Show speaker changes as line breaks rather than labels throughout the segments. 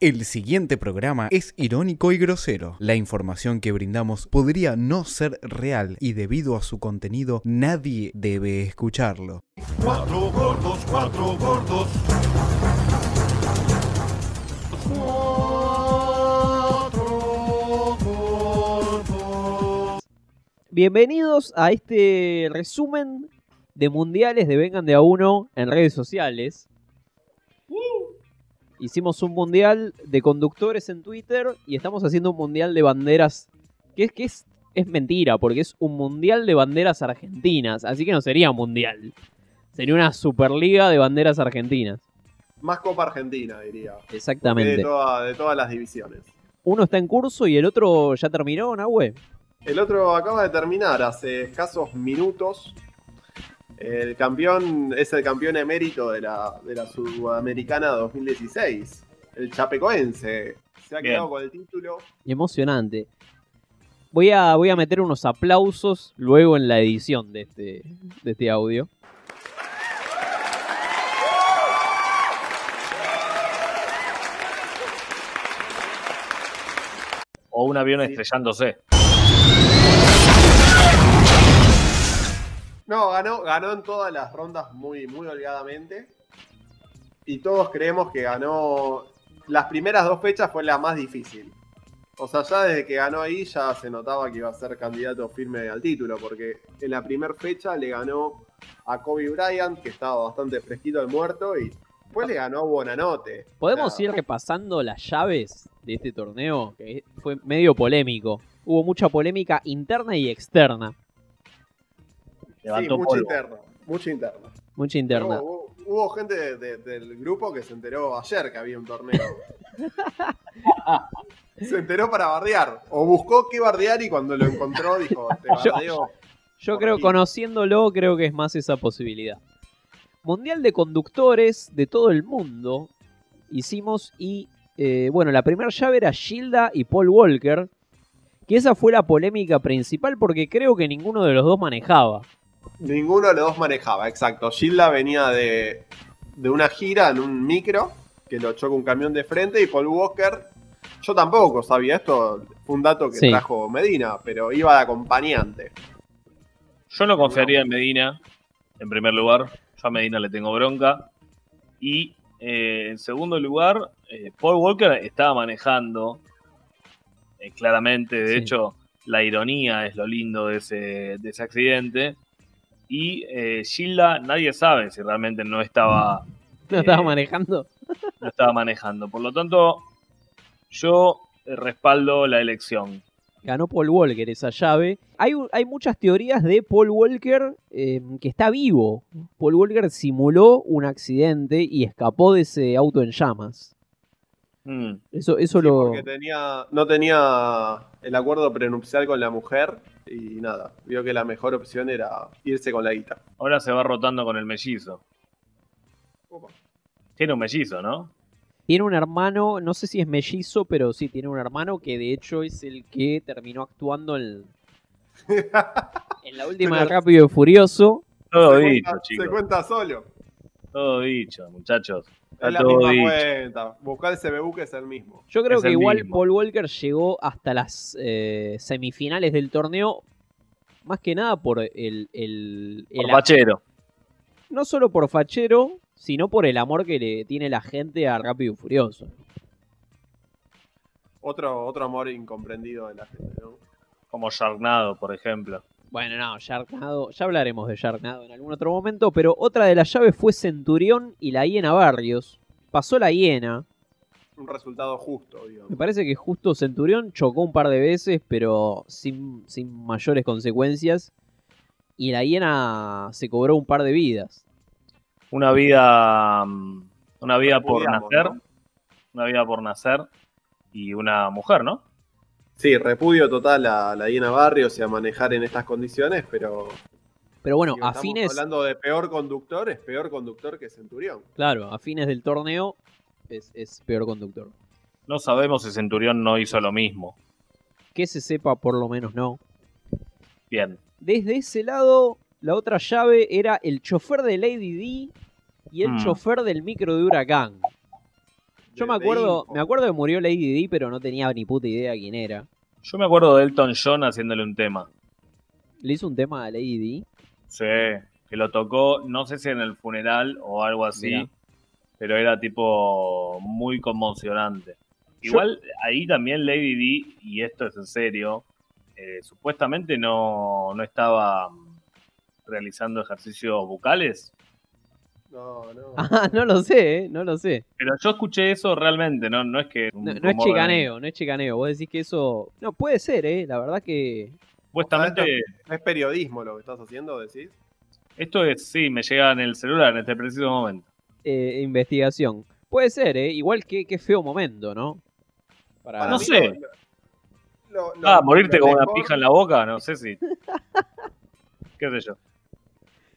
El siguiente programa es irónico y grosero. La información que brindamos podría no ser real y debido a su contenido nadie debe escucharlo.
Cuatro gordos, cuatro gordos. Cuatro gordos.
Bienvenidos a este resumen de mundiales de Vengan de a uno en redes sociales. Hicimos un mundial de conductores en Twitter y estamos haciendo un mundial de banderas. Que es que es, es mentira, porque es un mundial de banderas argentinas. Así que no sería mundial. Sería una superliga de banderas argentinas.
Más Copa Argentina, diría. De,
Exactamente.
toda- de todas las divisiones.
Uno está en curso y el otro ya terminó, Nahue.
El otro acaba de terminar hace escasos minutos. El campeón es el campeón emérito de la, de la Sudamericana 2016. El Chapecoense. Se ha
Bien.
quedado con el título.
Emocionante. Voy a, voy a meter unos aplausos luego en la edición de este, de este audio.
o un avión estrellándose.
No, ganó, ganó en todas las rondas muy, muy holgadamente. Y todos creemos que ganó. Las primeras dos fechas fue la más difícil. O sea, ya desde que ganó ahí ya se notaba que iba a ser candidato firme al título, porque en la primera fecha le ganó a Kobe Bryant, que estaba bastante fresquito el muerto, y después le ganó a Buonanote.
¿Podemos
O sea,
ir repasando las llaves de este torneo? Que fue medio polémico. Hubo mucha polémica interna y externa.
Sí,
Levantó
mucho
polvo.
interno, mucho interno.
Mucha interna.
Hubo, hubo gente de- de- del grupo que se enteró ayer que había un torneo. se enteró para bardear. O buscó qué bardear y cuando lo encontró dijo, te
Yo-
bardeo.
Yo
por
creo,
aquí.
conociéndolo, creo que es más esa posibilidad. Mundial de conductores de todo el mundo hicimos y, eh, bueno, la primera llave era Gilda y Paul Walker, que esa fue la polémica principal porque creo que ninguno de los dos manejaba.
Ninguno de los dos manejaba, exacto. Gilda venía de, de una gira en un micro que lo choca un camión de frente y Paul Walker, yo tampoco sabía esto, fue un dato que
Sí.
trajo Medina, pero iba de acompañante.
Yo no confiaría en Medina, en primer lugar. Yo a Medina le tengo bronca. Y eh, en segundo lugar, eh, Paul Walker estaba manejando eh, claramente. De
Sí.
hecho, la ironía es lo lindo de ese, de ese accidente. Y eh, Gilda, nadie sabe si realmente no estaba,
No estaba
Eh,
manejando.
no estaba manejando. Por lo tanto, yo eh, respaldo la elección.
Ganó Paul Walker esa llave. Hay, u- hay muchas teorías de Paul Walker eh, que está vivo. Paul Walker simuló un accidente y escapó de ese auto en llamas.
Mm.
Eso, eso
Sí,
lo...
Porque tenía, no tenía el acuerdo prenupcial con la mujer y nada, vio que la mejor opción era irse con la guita.
Ahora se va rotando con el mellizo. Tiene un mellizo, ¿no?
Tiene un hermano, no sé si es mellizo, pero sí, tiene un hermano que de hecho es el que terminó actuando en, en la última de
Pero-
Rápido y Furioso.
Todo
se,
dicho,
cuenta, se
chicos.
cuenta solo.
Todo dicho, muchachos. Está
Es la
todo
misma
dicho.
cuenta. Buscar el CBU que es el mismo.
Yo creo
Es
que
el
igual
mismo.
Paul Walker llegó hasta las eh, semifinales del torneo, más que nada por el... el, el
Por Pachero.
no solo por fachero, sino por el amor que le tiene la gente a Rápido y Furioso.
Otro, otro amor incomprendido de la gente, ¿no?
Como Yarnado, por ejemplo.
Bueno, no, Sharknado, ya hablaremos de Sharknado en algún otro momento, pero otra de las llaves fue Centurión y la hiena Barrios. Pasó la hiena,
Un resultado justo,
me
digamos.
parece que justo Centurión chocó un par de veces, pero sin, sin mayores consecuencias, y la hiena se cobró un par de vidas.
Una vida. mm, Una vida por
Repudiamos,
nacer.
¿no?
Una vida por nacer. Y una mujer, ¿no?
Sí, repudio total a la Diana Barrios y a manejar en estas condiciones, pero
Pero bueno,
digo,
a
estamos
fines,
hablando de peor conductor, es peor conductor que Centurión.
claro, a fines del torneo es- es peor conductor.
No sabemos si Centurión no hizo lo mismo.
Que se sepa, por lo menos no.
Bien.
Desde ese lado, la otra llave era el chofer de Lady D y el
Mm.
chofer del micro de Huracán. Yo me
de
acuerdo,
info.
me acuerdo que murió Lady Di, pero no tenía ni puta idea quién era.
Yo me acuerdo de Elton John haciéndole un tema.
Le hizo un tema a Lady Di.
Sí, que lo tocó, no sé si en el funeral o algo así,
Mirá.
pero era tipo muy conmocionante. Igual ahí también Lady D, y esto es en serio, eh, supuestamente no, no estaba mm, realizando ejercicios bucales,
No, no.
Ah, no lo sé, eh, no lo sé.
pero yo escuché eso realmente, no, no es que... un
No, no es
rumor de-
chicaneo, no es chicaneo. Vos decís que eso. No, puede ser, ¿eh? La verdad que.
Supuestamente...
Es periodismo lo que estás haciendo, decís.
Esto es, sí, me llega en el celular en este preciso momento.
eh, investigación. Puede ser, ¿eh? Igual que qué feo momento, ¿no? Para-
No
mí
sé.
lo- lo- lo-
ah,
lo
morirte con una
mejor-
pija en la boca, no sé si. ¿Qué sé yo?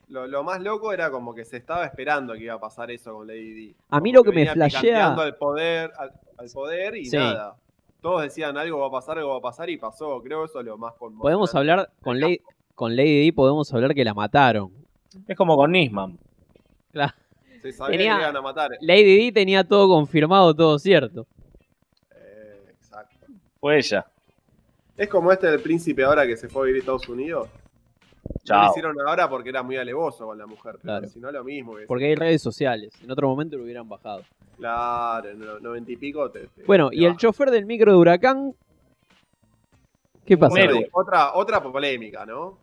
Lo, lo más loco era como que se estaba esperando que iba a pasar eso con Lady Di.
A mí
Como
lo que me
venía
flashea-
picanteando Al poder, al, al poder y
Sí.
nada. Todos decían algo va a pasar, algo va a pasar y pasó. Creo eso es lo más conmocionante.
Podemos hablar con, Lady- con Lady Di, podemos hablar que la mataron.
Es como con Nisman.
Se sabía
Tenía-
que le iban a matar.
Lady Di tenía todo confirmado, todo cierto.
Eh, exacto.
Fue ella.
Es como este del príncipe ahora que se fue a vivir a Estados Unidos. No
Chao.
lo hicieron ahora porque era muy alevoso con la mujer, pero
Claro.
si no lo mismo. que-
Porque hay redes sociales. En otro momento lo hubieran bajado.
Claro, en los noventa y pico te, te-
Bueno,
te
y el
baja.
chofer del micro de huracán. ¿Qué pasó?
Meru.
Otra- Otra, otra polémica, ¿no?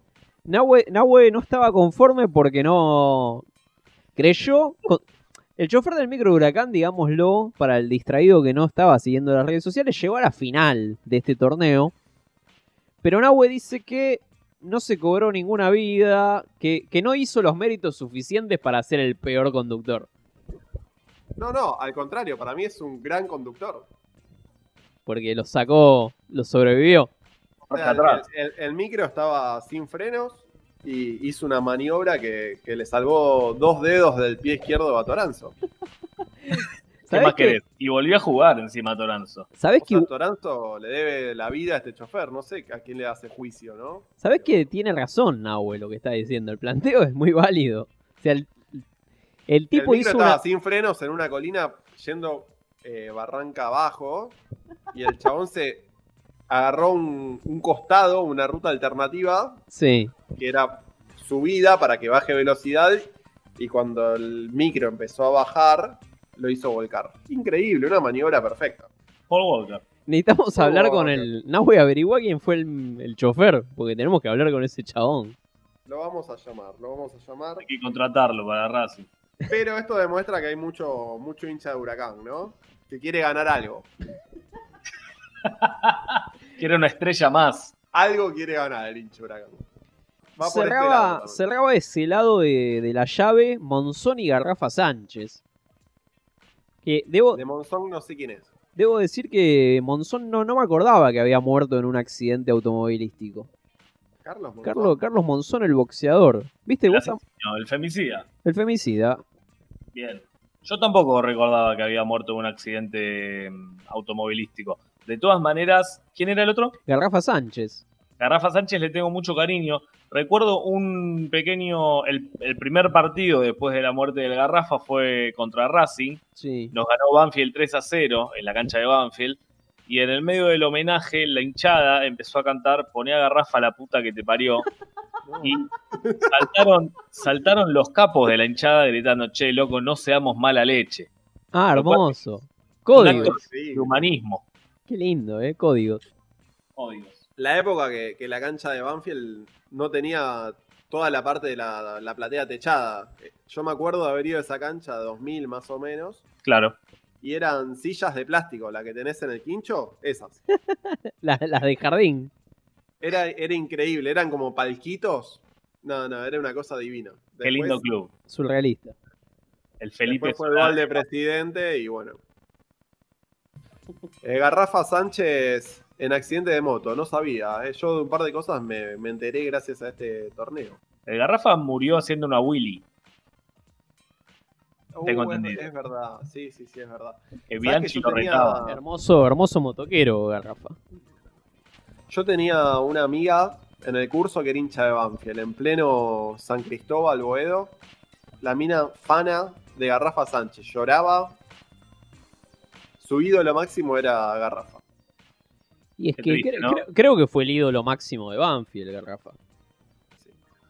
Nahue, Nahue no estaba conforme porque no creyó. con- El chofer del micro huracán, digámoslo, para el distraído que no estaba siguiendo las redes sociales, llegó a la final de este torneo. Pero Nahue dice que no se cobró ninguna vida, que, que no hizo los méritos suficientes para ser el peor conductor.
No, no, al contrario, para mí es un gran conductor.
Porque lo sacó, lo sobrevivió.
O sea,
Hasta atrás.
el, el- el micro estaba sin frenos y hizo una maniobra que, que le salvó dos dedos del pie izquierdo a Toranzo.
¿Qué
¿Sabés
más
qué?
querés? Y volvió a jugar encima Toranzo.
¿Sabés
O
que
sea, Toranzo le debe la vida a este chofer, no sé a quién le hace juicio, ¿no?
¿Sabés que tiene razón Nahue lo que está diciendo? El planteo es muy válido. O sea, el, el
El
tipo
micro
hizo
estaba
una.
sin frenos en una colina yendo eh, barranca abajo y el chabón se agarró un, un costado, una ruta alternativa
Sí,
que era subida para que baje velocidad y cuando el micro empezó a bajar lo hizo volcar. Increíble, una maniobra perfecta.
Paul Walker.
necesitamos
No,
hablar con
no.
el. Nahue, averigua quién fue el, el chofer, porque tenemos que hablar con ese chabón.
Lo vamos a llamar, lo vamos a llamar.
Hay que contratarlo para Racing.
Pero esto demuestra que hay mucho, mucho hincha de huracán, ¿no? Que quiere ganar algo.
Quiere una estrella más.
Algo quiere ganar el hincha de huracán. Va por este lado
Cerraba,
también.
cerraba ese lado de, de la llave Monzón y Garrafa Sánchez. Que debo,
De Monzón no sé quién es.
debo decir que Monzón no, no me acordaba que había muerto en un accidente automovilístico.
Carlos Monzón.
Carlos, Carlos Monzón, el boxeador. ¿Viste?
Gracias.
Gustavo?
No, el femicida.
El femicida.
Bien. Yo tampoco recordaba que había muerto en un accidente mm, automovilístico. De todas maneras, ¿quién era el otro?
Garrafa Sánchez.
A Rafa Sánchez le tengo mucho cariño. Recuerdo un pequeño. El, el primer partido después de la muerte del Garrafa fue contra Racing.
Sí.
Nos ganó Banfield 3 a 0 en la cancha de Banfield. Y en el medio del homenaje, la hinchada empezó a cantar: Poné a Garrafa la puta que te parió.
No.
Y saltaron, saltaron los capos de la hinchada gritando: Che, loco, no seamos mala leche.
Ah,
Lo cual-
hermoso.
Un
Código.
acto-
Sí.
El humanismo.
Qué lindo, ¿eh? Código.
Oh, Dios.
La época que, que la cancha de Banfield no tenía toda la parte de la, la platea techada. Eh, Yo me acuerdo de haber ido a esa cancha 2000 más o menos.
Claro.
Y eran sillas de plástico, la que tenés en el quincho, esas.
La- Las de jardín.
Era, era increíble, eran como palquitos. No, no, era una cosa divina.
Qué lindo
Después-
club.
Surrealista.
El Felipe.
después fue el gol de presidente y bueno. Eh, Garrafa Sánchez en accidente de moto, no sabía. eh. Yo de un par de cosas me- me enteré gracias a este torneo.
El Garrafa murió haciendo una Willy. Tengo
Uh, es-
entendido.
Es verdad, sí, sí, sí, es verdad.
Que
¿Sabes
Bianchi
que yo
lo
tenía-
retaba.
Hermoso, hermoso motoquero, Garrafa.
Yo tenía una amiga en el curso que era hincha de Banfield, en pleno San Cristóbal, Boedo. La mina fana de Garrafa Sánchez. Lloraba. su ídolo máximo era Garrafa.
Y es
Qué
que
triste,
cre-
¿no?
cre- creo que fue el ídolo máximo de Banfield, Garrafa.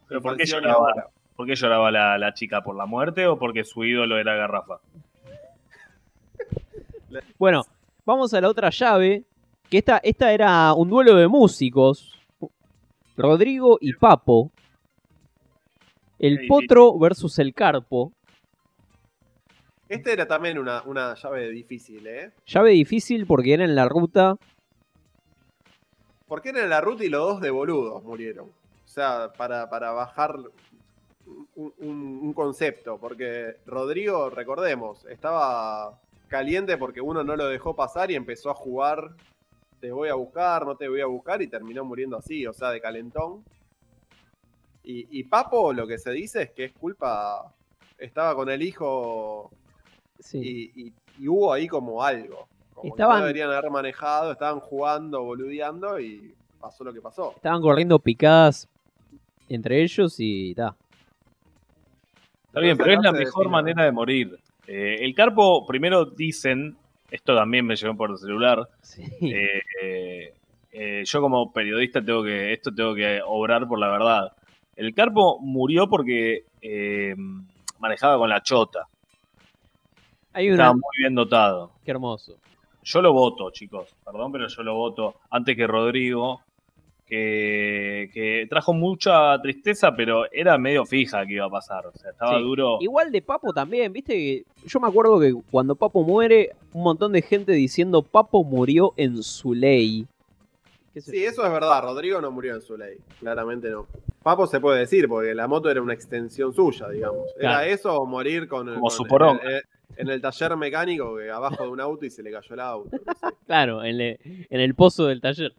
¿Pero por qué
Influenció
lloraba?
la obra.
¿Por qué lloraba la, la chica? ¿Por la muerte o porque su ídolo era Garrafa?
Bueno, vamos a la otra llave. Que esta, esta era un duelo de músicos. Rodrigo y Papo.
Qué
El
difícil.
Potro versus el Carpo.
Este era también una, una llave difícil, ¿eh?
Llave difícil porque era en la ruta.
Porque era la ruta y los dos de boludos murieron. O sea, para, para bajar un, un- un concepto. Porque Rodrigo, recordemos, estaba caliente porque uno no lo dejó pasar y empezó a jugar. Te voy a buscar, no te voy a buscar. Y terminó muriendo así, o sea, de calentón. Y, y Papo lo que se dice es que es culpa. Estaba con el hijo
Sí.
y, y- y hubo ahí como algo. Como que
Estaban-
no deberían haber manejado, estaban jugando, boludeando y pasó lo que pasó.
Estaban corriendo picadas entre ellos y ta.
Está bien, pero es la
Sacarse de
mejor
encima.
manera de morir. Eh, el Carpo, primero dicen, esto también me llegó por el celular,
Sí.
eh, eh, eh, yo como periodista tengo que, esto tengo que obrar por la verdad. El Carpo murió porque eh, manejaba con la chota,
Hay una.
estaba muy bien dotado.
Qué hermoso.
Yo lo voto, chicos. Perdón, pero yo lo voto antes que Rodrigo, que, que trajo mucha tristeza, pero era medio fija que iba a pasar. O sea, estaba
Sí.
duro.
Igual de Papo también, viste que yo me acuerdo que cuando Papo muere, un montón de gente diciendo Papo murió en su ley. ¿Qué sé
Sí,
yo?
eso es verdad. Rodrigo no murió en su ley. Claramente no. Papo se puede decir, porque la moto era una extensión suya, digamos.
Claro.
Era eso o morir con.
Como
con-
su poronga.
En, en- en el taller mecánico, que abajo de un auto y se le cayó el auto. no sé.
Claro, en, le- en el pozo del taller.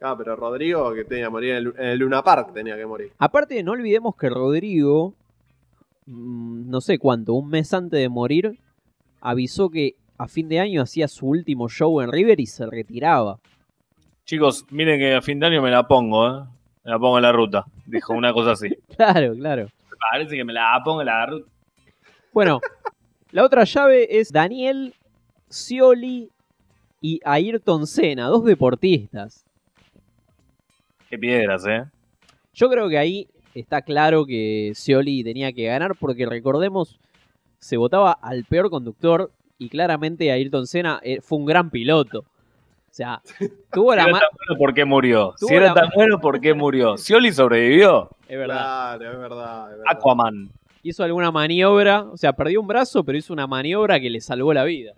Ah, pero Rodrigo, que tenía que morir en el, en el Luna Park, tenía que morir.
Aparte, no olvidemos que Rodrigo, mm, no sé cuánto, un mes antes de morir, avisó que a fin de año hacía su último show en River y se retiraba.
Chicos, miren que a fin de año me la pongo, ¿eh? Me la pongo en la ruta. Dijo una cosa así.
Claro, claro.
Parece que me la pongo en la ruta.
Bueno, la otra llave es Daniel, Scioli y Ayrton Senna, dos deportistas.
Qué piedras, ¿eh?
Yo creo que ahí está claro que Scioli tenía que ganar porque recordemos, se votaba al peor conductor y claramente Ayrton Senna eh, fue un gran piloto. O sea, tuvo
Si
la
era
más...
tan bueno, ¿por qué murió? Si
Tuvo
era
la
tan
ma-
bueno, ¿por qué murió? Scioli sobrevivió.
Es verdad.
Claro, es verdad. es verdad.
Aquaman.
Hizo alguna maniobra, o sea, perdió un brazo, pero hizo una maniobra que le salvó la vida.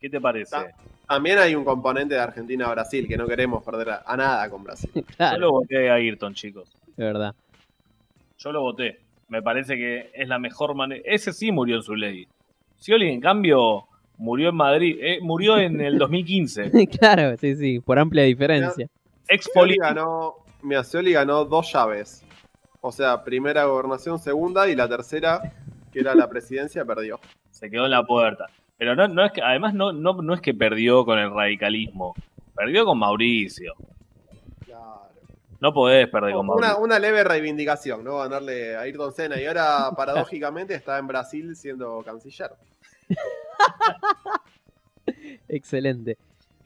¿Qué te parece?
Ta- También hay un componente de Argentina-Brasil que no queremos perder a, a nada con Brasil.
Yo lo
Claro,
voté a Ayrton, chicos.
es verdad.
Yo lo voté. Me parece que es la mejor manera. Ese sí murió en su ley. Scioli, en cambio, murió en Madrid. eh, murió en el 2015.
claro, sí, sí, por amplia diferencia.
Ex
Scioli
político.
ganó, mira, Scioli ganó dos llaves. O sea, primera gobernación, segunda y la tercera, que era la presidencia, perdió.
se quedó en la puerta. Pero no, no es que, además no, no, no es que perdió con el radicalismo, perdió con Mauricio. No podés perder con
Oh, Una,
Mauricio.
una leve reivindicación, ¿no? Ganarle a Ayrton Senna. Y ahora, paradójicamente, está en Brasil siendo canciller.
Excelente.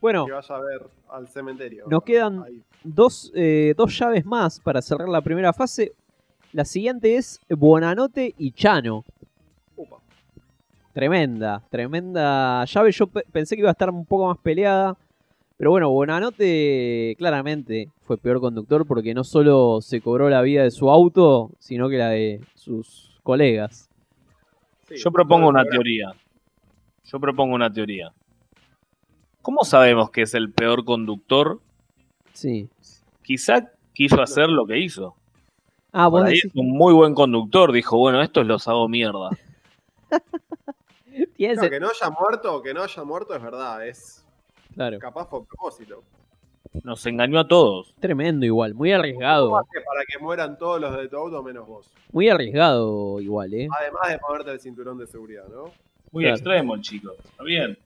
Bueno,
Que vaya a ver al cementerio.
Nos quedan-
Ahí.
dos, eh, dos llaves más para cerrar la primera fase. La siguiente es Buonanote y Chano.
Upa.
Tremenda, tremenda llave. Yo pe- pensé que iba a estar un poco más peleada. Pero bueno, Buonanote claramente fue peor conductor porque no solo se cobró la vida de su auto, sino que la de sus colegas.
Sí,
Yo propongo
todo
una
el programa.
teoría. Yo propongo una teoría. ¿Cómo sabemos que es el peor conductor?
Sí.
Quizá quiso hacer lo que hizo.
Ah,
Por
vos
ahí
decís,
es un muy buen conductor. Dijo, bueno, estos los hago mierda.
tiene
Claro,
sen-
que no haya muerto, que no haya muerto es verdad. Es
claro.
capaz por propósito.
Nos engañó a todos.
Tremendo igual, muy
¿Cómo
arriesgado.
haces para que mueran todos los de tu auto menos vos?
Muy arriesgado igual, eh.
Además de ponerte el cinturón de seguridad, ¿no?
Muy
Claro.
extremo el chico. Está bien.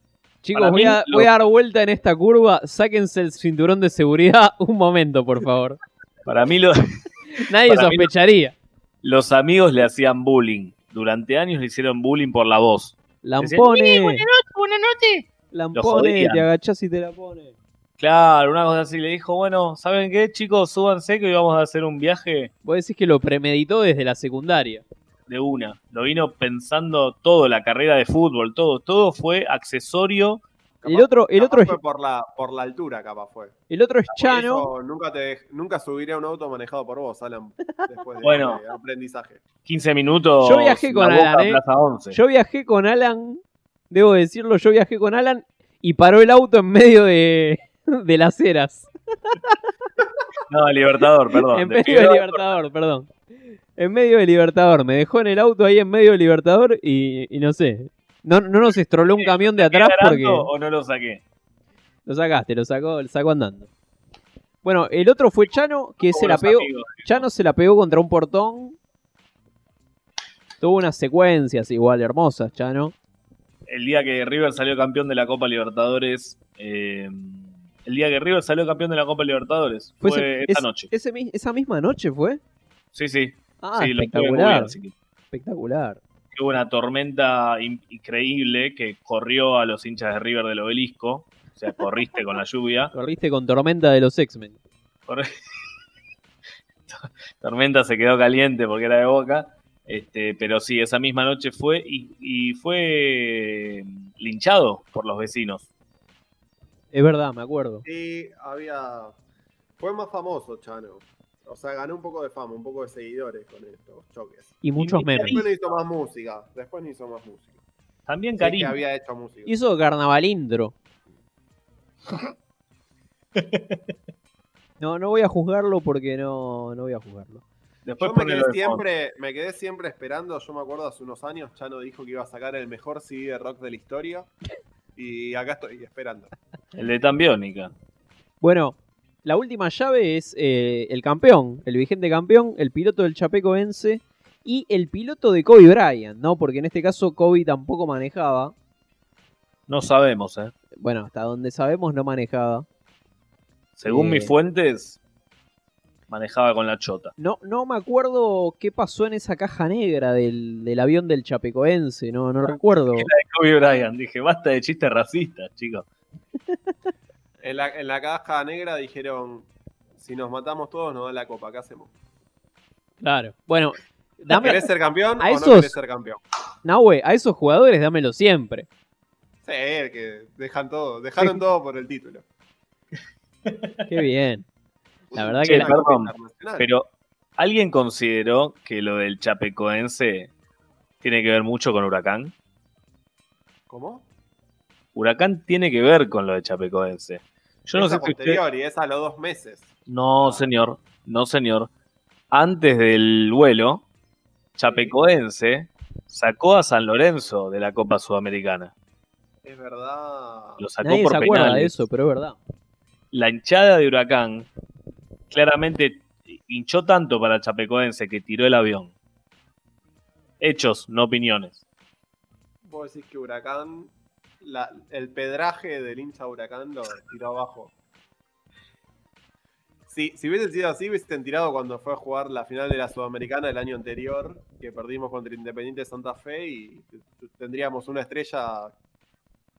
Chicos,
Para
voy
mí,
a,
lo-
voy a dar vuelta en esta curva. Sáquense el cinturón de seguridad un momento, por favor.
Para mí lo...
Nadie
Para mí no.
sospecharía.
Los amigos le hacían bullying. Durante años le hicieron bullying por la voz.
Lampones.
Buenas noches.
Lampone,
jodían.
te agachás y te la pone.
Claro, una cosa así. Le dijo, bueno, ¿saben qué, chicos? Súbanse que hoy vamos a hacer un viaje
Vos decís que lo premeditó desde la secundaria.
de una. Lo vino pensando todo, la carrera de fútbol, todo. Todo fue accesorio.
El otro, el
Capaz
otro, es,
fue por la, por la altura, capaz fue.
el otro es Chano.
Por eso nunca, te, dej- nunca subiré a un auto manejado por vos, Alan. Después de
Bueno.
de aprendizaje.
15 minutos.
Yo viajé con
la Boca,
Alan, ¿eh?
Plaza 11.
Yo viajé con Alan, debo decirlo, yo viajé con Alan y paró el auto en medio de, de las eras.
No, Libertador, perdón.
en
De
medio del
Figueroa.
Libertador, perdón. En medio del Libertador. Me dejó en el auto ahí en medio del Libertador y, y no sé. No, no nos estroló
Eh,
un camión de
¿Saqué
atrás porque
Garanto o no lo saqué?
lo sacaste, lo sacó, lo sacó andando. Bueno, el otro fue Chano, que
Como
se la
los
pegó.
amigos.
Chano se la pegó contra un portón. Tuvo unas secuencias igual hermosas, Chano.
El día que River salió campeón de la Copa Libertadores. eh, el día que River salió campeón de la Copa Libertadores. Fue,
ese-
esa
es-
noche.
ese mi- esa misma noche fue.
Sí, sí.
Ah,
sí, lo estuve
espectacular.
cubriendo, así que
Espectacular.
Hubo una tormenta in- increíble que corrió a los hinchas de River del obelisco. O sea, corriste con la lluvia.
Corriste con tormenta de los X-Men.
Tormenta se quedó caliente porque era de boca. Este, pero sí, esa misma noche fue y, y fue mm, linchado por los vecinos.
Es verdad, me acuerdo.
Sí, había. Fue más famoso, Chano. O sea, ganó un poco de fama, un poco de seguidores con estos choques.
Y muchos
Y-
memes.
Después no hizo más música. Después no hizo más música.
También
Sí que
Karim.
había hecho música.
Hizo carnavalindro. No, no voy a juzgarlo porque no, no voy a juzgarlo.
Después
Yo me quedé,
ponelo de fondo.
siempre, me quedé siempre esperando, yo me acuerdo hace unos años, Chano dijo que iba a sacar el mejor CD de rock de la historia y acá estoy esperando.
El de Tambiónica.
Bueno, la última llave es eh, el campeón, el vigente campeón, el piloto del Chapecoense y el piloto de Kobe Bryant, ¿no? Porque en este caso Kobe tampoco manejaba.
No sabemos, ¿eh?
Bueno, hasta donde sabemos no manejaba.
Según
Eh.
mis fuentes, manejaba con la chota.
No, no me acuerdo qué pasó en esa caja negra del, del avión del Chapecoense, no, no recuerdo.
Kobe Bryant, dije, basta de chistes racistas, chicos.
En la, en la caja negra dijeron, si nos matamos todos nos da la copa, ¿qué hacemos?
Claro. Bueno, dame,
¿Querés ser campeón
A
o
esos-
no querés ser campeón?
Nahue, a esos jugadores dámelo siempre.
Sí, el que dejan todo, dejaron todo por el título.
Qué bien. La verdad
Che,
que la-
perdón,
internacional.
Pero, ¿alguien consideró que lo del Chapecoense tiene que ver mucho con Huracán?
¿Cómo?
Huracán tiene que ver con lo de Chapecoense. Yo no
Esa
sé si usted...
posterior y es a los dos meses.
No, señor, no, señor. Antes del vuelo, Chapecoense sacó a San Lorenzo de la Copa Sudamericana.
Es verdad.
Lo sacó
nadie
por
se acuerda de
penales.
eso, pero es verdad.
la hinchada de Huracán claramente hinchó tanto para Chapecoense que tiró el avión. Hechos, no opiniones.
Vos decís que Huracán, la- el pedraje del hincha Huracán lo tiró abajo. Si, si hubiesen sido así, hubiesen tirado cuando fue a jugar la final de la Sudamericana el año anterior, que perdimos contra Independiente Santa Fe y tendríamos una estrella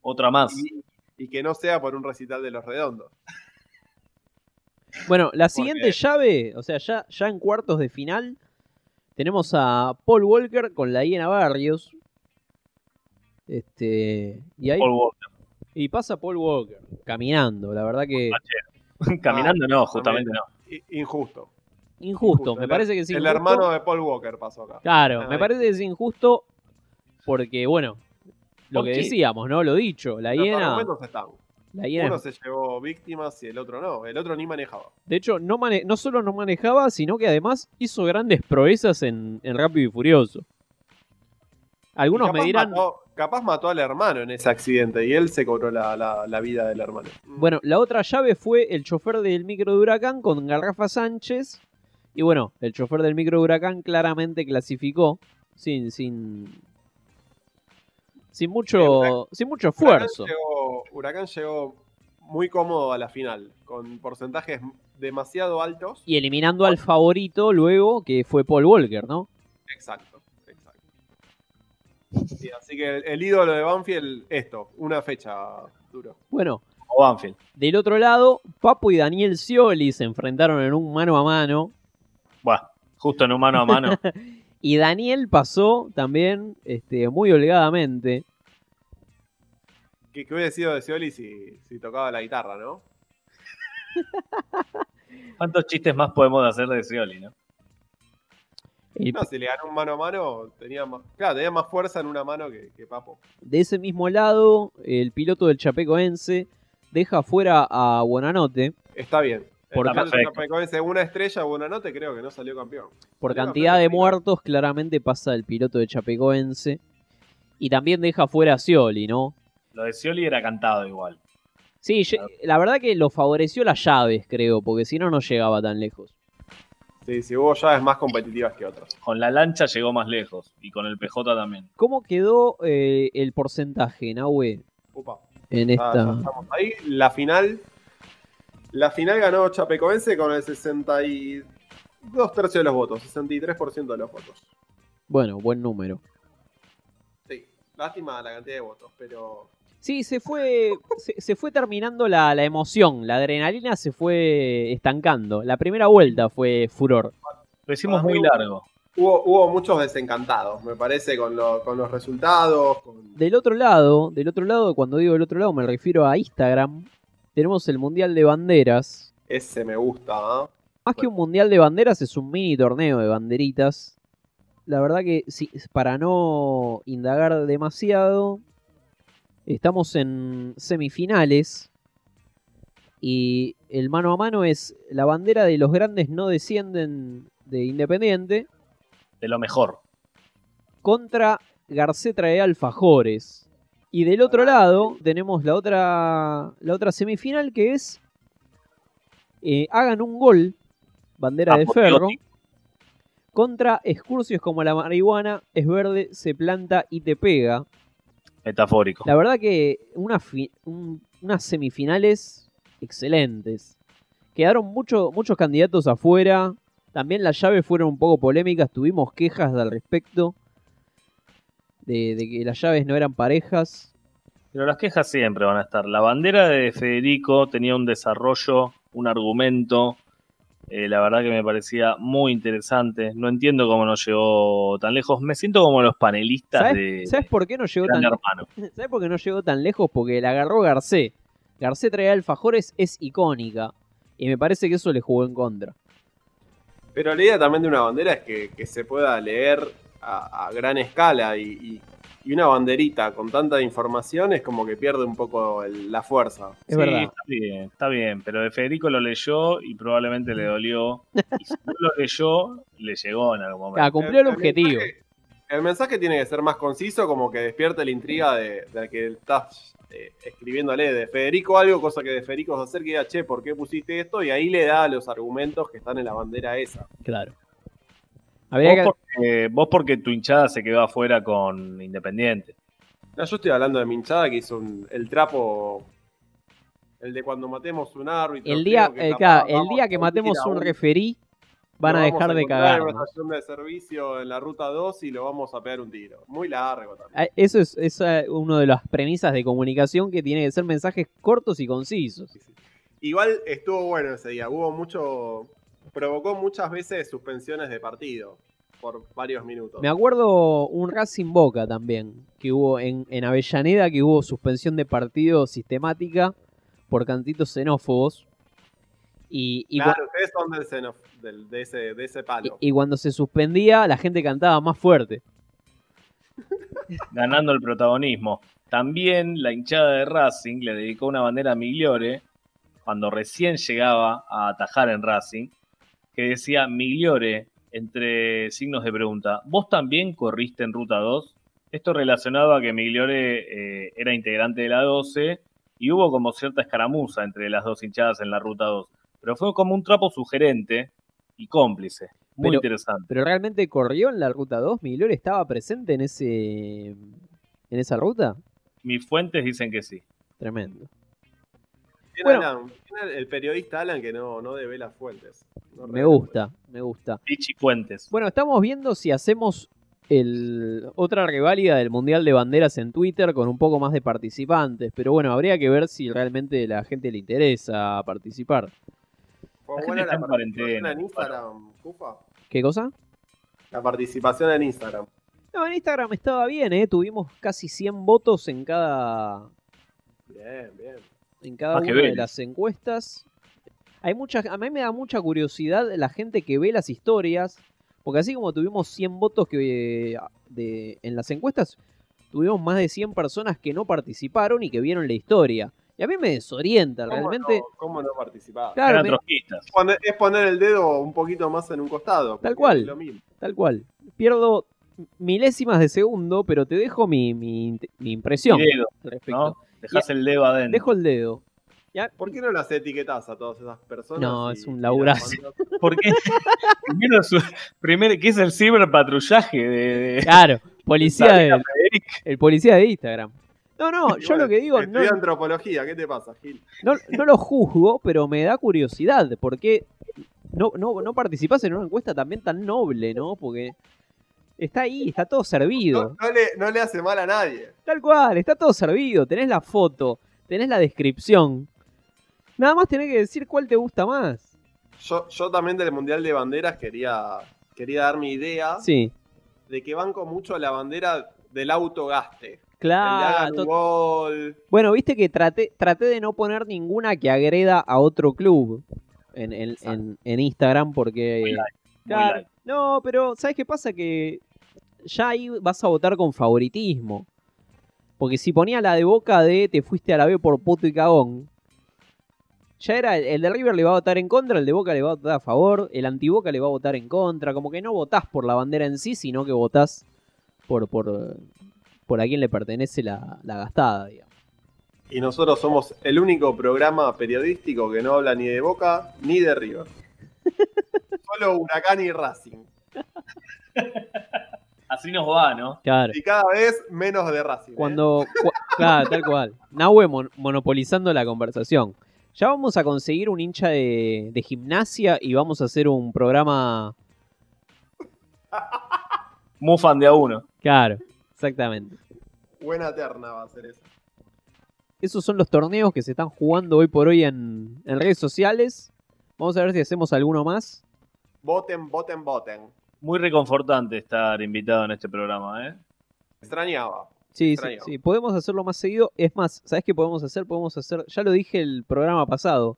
Otra más.
y, y que no sea por un recital de los redondos.
Bueno, la siguiente
Porque-
llave, o sea, ya, ya en cuartos de final, tenemos a Paul Walker con la Hiena Barrios. Este. Y ahí.
Paul Walker.
Y pasa Paul Walker caminando, la verdad que.
Caminando
Ah,
no, justamente no.
I- Injusto.
Injusto, me
El-
parece que es
El
injusto.
hermano de Paul Walker pasó acá.
Claro,
Ah,
me
ahí.
parece que es injusto porque, bueno, lo
¿Por
que
qué?
decíamos, ¿no? Lo dicho, la
Los
hiena.
argumentos están.
La hiena es
Uno se llevó víctimas y el otro no. El otro ni manejaba.
De hecho, no, mane- no solo no manejaba, sino que además hizo grandes proezas en, en Rápido y Furioso.
Y
Algunos
capaz
me dirán,
Mató, capaz mató al hermano en ese accidente y él se cobró la, la- la vida del hermano.
bueno, la otra llave fue el chofer del micro de Huracán con Garrafa Sánchez. Y bueno, el chofer del micro de Huracán claramente clasificó sin, sin, sin, mucho, sin mucho
Huracán
esfuerzo.
llegó- Huracán llegó muy cómodo a la final, con porcentajes demasiado altos.
Y eliminando al favorito luego, que fue Paul Walker, ¿no?
Exacto, exacto. Sí, así que el, el ídolo de Banfield, esto, una fecha Duro.
Bueno,
O Banfield.
del otro lado, Papo y Daniel Scioli se enfrentaron en un mano a mano.
Bueno, justo en un mano a mano.
Y Daniel pasó también este, muy holgadamente.
¿Qué, qué hubiera sido de Scioli si, si tocaba la guitarra, no?
¿Cuántos chistes más podemos hacer de Scioli, no?
El-
No, si le ganó un mano a mano, tenía más, claro, tenía más fuerza en una mano que, que Papo.
de ese mismo lado, el piloto del Chapecoense deja fuera a Buenanote
Está bien.
Por
Está
perfecto.
perfecto. Chapecoense, una estrella, buena nota, creo que no salió campeón.
por
Salió
cantidad
campeón
de
de liga.
muertos. Claramente pasa el piloto del Chapecoense. Y también deja fuera a Scioli, ¿no?
Lo de Scioli era cantado igual.
Sí, yo- la verdad que lo favoreció las llaves, creo, porque si no, no llegaba tan lejos.
Sí, si hubo llaves más competitivas que otras.
Con la lancha llegó más lejos. Y con el PJ también.
¿Cómo quedó eh, el porcentaje, Nahue,
Upa.
en
Ah,
esta?
ya estamos ahí. La final. La final ganó Chapecoense con el 62 tercios de los votos, 63% de los votos.
Bueno, buen número.
Sí, lástima la cantidad de votos, pero.
Sí, se fue, se, se fue terminando la, la emoción, la adrenalina se fue estancando. La primera vuelta fue furor.
Lo hicimos
Ah,
muy
muy
largo.
Hubo, hubo muchos desencantados, me parece, con, lo- con los resultados. con-
Del otro lado, del otro lado, cuando digo del otro lado me refiero a Instagram, tenemos el Mundial de Banderas.
Ese me gusta, ¿ah?
Más que un Mundial de Banderas es un mini torneo de banderitas. La verdad que sí, para no indagar demasiado, estamos en semifinales y el mano a mano es la bandera de los grandes no descienden de Independiente
De lo mejor.
contra Garcetra de Alfajores. Y del otro lado tenemos la otra, la otra semifinal que es eh, hagan un gol, bandera de ferro,
Apoteótico.
contra excursios como la marihuana, es verde, se planta y te pega.
Metafórico.
La verdad que una fi- un- unas semifinales excelentes. Quedaron mucho- muchos candidatos afuera. También las llaves fueron un poco polémicas. Tuvimos quejas al respecto. De, de que las llaves no eran parejas.
Pero las quejas siempre van a estar. La bandera de Federico tenía un desarrollo, un argumento. eh, la verdad que me parecía muy interesante. No entiendo cómo no llegó tan lejos. Me siento como los panelistas
¿Sabes,
de
sabes por qué no llegó
Gran
tan
Hermano.
¿Sabes por qué no llegó tan lejos? Porque la agarró Garcé. Garcé traía alfajores, es icónica. Y me parece que eso le jugó en contra.
Pero la idea también de una bandera es que, que se pueda leer a, a gran escala y, y- y una banderita con tanta información es como que pierde un poco el- la fuerza.
Es verdad.
está bien, está bien. Pero de Federico lo leyó y probablemente le dolió. Y si no lo leyó, le llegó en algún momento.
Ah, cumplió el objetivo.
mensaje- el mensaje tiene que ser más conciso, como que despierte la intriga de, del que estás eh, escribiéndole de Federico algo, cosa que de Federico se acerque y diga, che, ¿por qué pusiste esto? Y ahí le da los argumentos que están en la bandera esa.
Claro. Habría que...
vos, porque, vos porque tu hinchada se quedó afuera con Independiente.
No, yo estoy hablando de Minchada, que hizo un- el trapo, el de cuando matemos un árbitro.
El día,
creo
eh,
capaz
claro, el
vamos
día
a
que
ir
matemos
a
un referí, van
lo
a
vamos
dejar de
encontrar
cagar.
En una
¿no?
estación de servicio en la ruta 2 y lo vamos a pegar un tiro. Muy largo también.
Ah, Eso es, es una de las premisas de comunicación que tiene que ser mensajes cortos y concisos.
Igual estuvo bueno ese día. Hubo mucho. Provocó muchas veces suspensiones de partido por varios minutos.
Me acuerdo un Racing Boca también, que hubo en, en Avellaneda, que hubo suspensión de partido sistemática por cantitos xenófobos. Y, y,
claro, ustedes son del seno, del- de, ese, de ese
cua-
palo.
y- y cuando se suspendía, la gente cantaba más fuerte.
ganando el protagonismo. También la hinchada de Racing le dedicó una bandera a Migliore cuando recién llegaba a atajar en Racing, que decía Migliore entre signos de pregunta, ¿vos también corriste en Ruta 2? Esto relacionado a que Migliore eh, era integrante de la 12 y hubo como cierta escaramuza entre las dos hinchadas en la Ruta 2, pero fue como un trapo sugerente y cómplice, muy
Pero-
interesante.
Pero realmente corrió en la ruta 2, Milor estaba presente en ese en esa ruta.
Mis fuentes dicen que sí.
Tremendo.
Tiene
bueno.
Alan- tiene el periodista Alan que no, no debe las fuentes. No
Me
revela
gusta, me gusta.
Pichi Fuentes.
Bueno, estamos viendo si hacemos el, otra reválida del Mundial de Banderas en Twitter con un poco más de participantes. Pero bueno, habría que ver si realmente la gente le interesa participar.
La
Fue
gente
buena
está
la
en
participación
cuarentena,
en Instagram, Cufa.
¿Qué cosa?
La participación en Instagram.
No, en Instagram estaba bien, ¿eh? Tuvimos casi 100 votos en cada,
Bien, bien.
en cada
Más que
una de
Vélez.
las encuestas. Hay muchas, a mí me da mucha curiosidad la gente que ve las historias, porque así como tuvimos 100 votos que, eh, de- en las encuestas, tuvimos más de 100 personas que no participaron y que vieron la historia. Y a mí me desorienta,
¿Cómo
realmente.
no- ¿Cómo no participar?
Claro,
Eran
me-
trotskistas.
Poner- es poner el dedo un poquito más en un costado. porque
cual.
es lo mismo.
tal cual. Pierdo milésimas de segundo, pero te dejo mi, mi, mi impresión
Y dedo,
al respecto.
¿no? Dejás el dedo adentro.
Dejo el dedo.
¿Por qué no las etiquetás a todas esas personas?
No,
y-
es un
y las
laburazo.
mandas?
¿Por qué? primero, su- primero, ¿qué es el ciberpatrullaje de, de-
Claro, policía
Sabrina
de, el policía de Instagram. No, no, yo
Bueno,
lo que digo, no,
Estudiá antropología, ¿qué te pasa, Gil?
no, no lo juzgo, pero me da curiosidad, porque no, no, no participás en una encuesta también tan noble, ¿no? Porque está ahí, está todo
No,
servido.
no le, no le hace mal a nadie.
Tal cual, está todo servido. Tenés la foto, tenés la descripción. Nada más tenés que decir cuál te gusta más.
Yo, yo también del Mundial de Banderas quería, quería dar mi idea
Sí,
de que banco mucho la bandera del autogaste. el de hagan
claro.
un
to-
gol.
Bueno, viste que traté, traté de no poner ninguna que agreda a otro club en, en- en- en Instagram porque...
Muy light, muy
Claro.
light.
No, pero ¿sabes qué pasa? Que ya ahí vas a votar con favoritismo. Porque si ponía la de boca de te fuiste a la B por puto y cagón, ya era el, el de River le va a votar en contra, el de Boca le va a votar a favor, el antiboca le va a votar en contra. Como que no votás por la bandera en sí, sino que votás por, por, por a quién le pertenece la, la gastada, digamos.
Y nosotros somos el único programa periodístico que no habla ni de Boca ni de River. Solo Huracán y Racing.
Así nos va, ¿no?
Claro.
Y cada vez menos de Racing. ¿eh?
Cuando. cua- claro, tal cual. Nahue mon- monopolizando la conversación. Ya vamos a conseguir un hincha de, de gimnasia y vamos a hacer un programa.
Mufan de a uno.
Claro, exactamente.
¿eh? Buena terna va a ser esa.
Esos son los torneos que se están jugando hoy por hoy en, en redes sociales. Vamos a ver si hacemos alguno más.
Voten, voten, voten.
Muy reconfortante estar invitado en este programa, ¿eh?
Extrañaba.
Sí, sí,
Extraño.
sí, podemos hacerlo más seguido. Es más, ¿sabes qué podemos hacer? Podemos hacer, ya lo dije el programa pasado,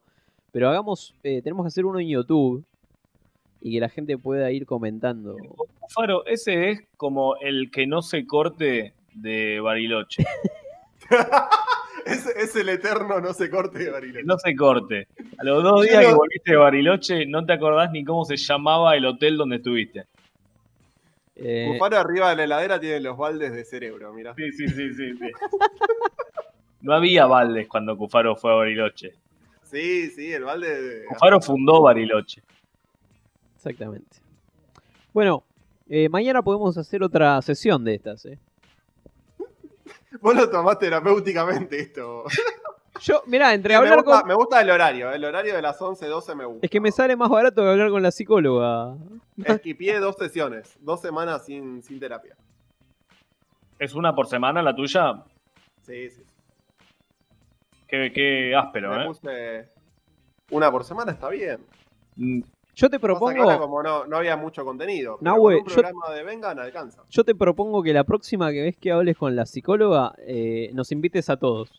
pero hagamos, eh, tenemos que hacer uno en YouTube y que la gente pueda ir comentando.
Faro, ese es como el que no se corte de Bariloche.
Es, es el eterno no se corte de Bariloche.
Que no se corte. A los dos días que volviste de Bariloche, no te acordás ni cómo se llamaba el hotel donde estuviste.
Eh,
Bufaro arriba de la heladera tiene los baldes de cerebro, mira.
Sí, sí, sí, sí. sí. No había baldes cuando Cufaro fue a Bariloche.
Sí, sí, el balde de...
Cufaro fundó Bariloche.
Exactamente. Bueno, eh, mañana podemos hacer otra sesión de estas. ¿eh?
Vos lo tomás terapéuticamente esto.
Yo, mirá, entre
me,
hablar
gusta,
con...
me gusta el horario, eh. el horario de las 11, 12 me gusta.
Es que me sale más barato que hablar con la psicóloga.
Esquipié dos sesiones, dos semanas sin, sin terapia.
¿Es una por semana la tuya?
Sí, sí.
Qué, qué áspero,
Me
¿eh?
puse una por semana, está bien.
Mm,
Yo
Pasa
te
que ahora
propongo,
como no, no había mucho contenido. pero
Nahue,
con un
yo-
programa de Vengan alcanza.
yo te propongo que la próxima que ves que hables con la psicóloga, eh, nos invites a todos.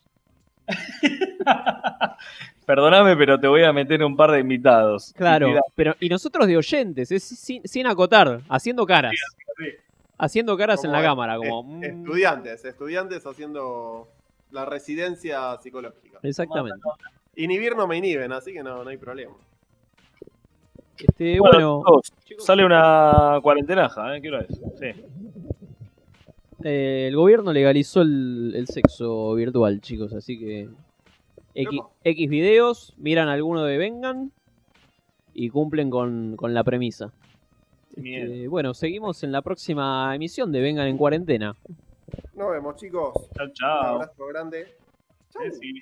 Perdóname, pero te voy a meter un par de invitados.
Claro,
Mirá,
pero y nosotros de oyentes, es sin, sin acotar, haciendo caras.
sí, sí.
Haciendo caras en
Como
la
es-
cámara, como...
Es-
mm,
estudiantes, estudiantes haciendo la residencia psicológica.
Exactamente.
Inhibir no me inhiben, así que no, no hay problema.
Este,
Bueno,
bueno,
chicos,
chicos,
sale una cuarentenaja, ¿eh? Quiero decir.
Este,
Sí.
eh, el gobierno legalizó el, el sexo virtual, chicos, así que X,
Epa.
X videos, miran alguno de Vengan y cumplen con, con la premisa.
Miedo.
Eh, bueno, seguimos en la próxima emisión de Vengan en cuarentena.
Nos vemos, chicos.
Chao,
Un
chao.
abrazo grande. Chau.
Sí, sí.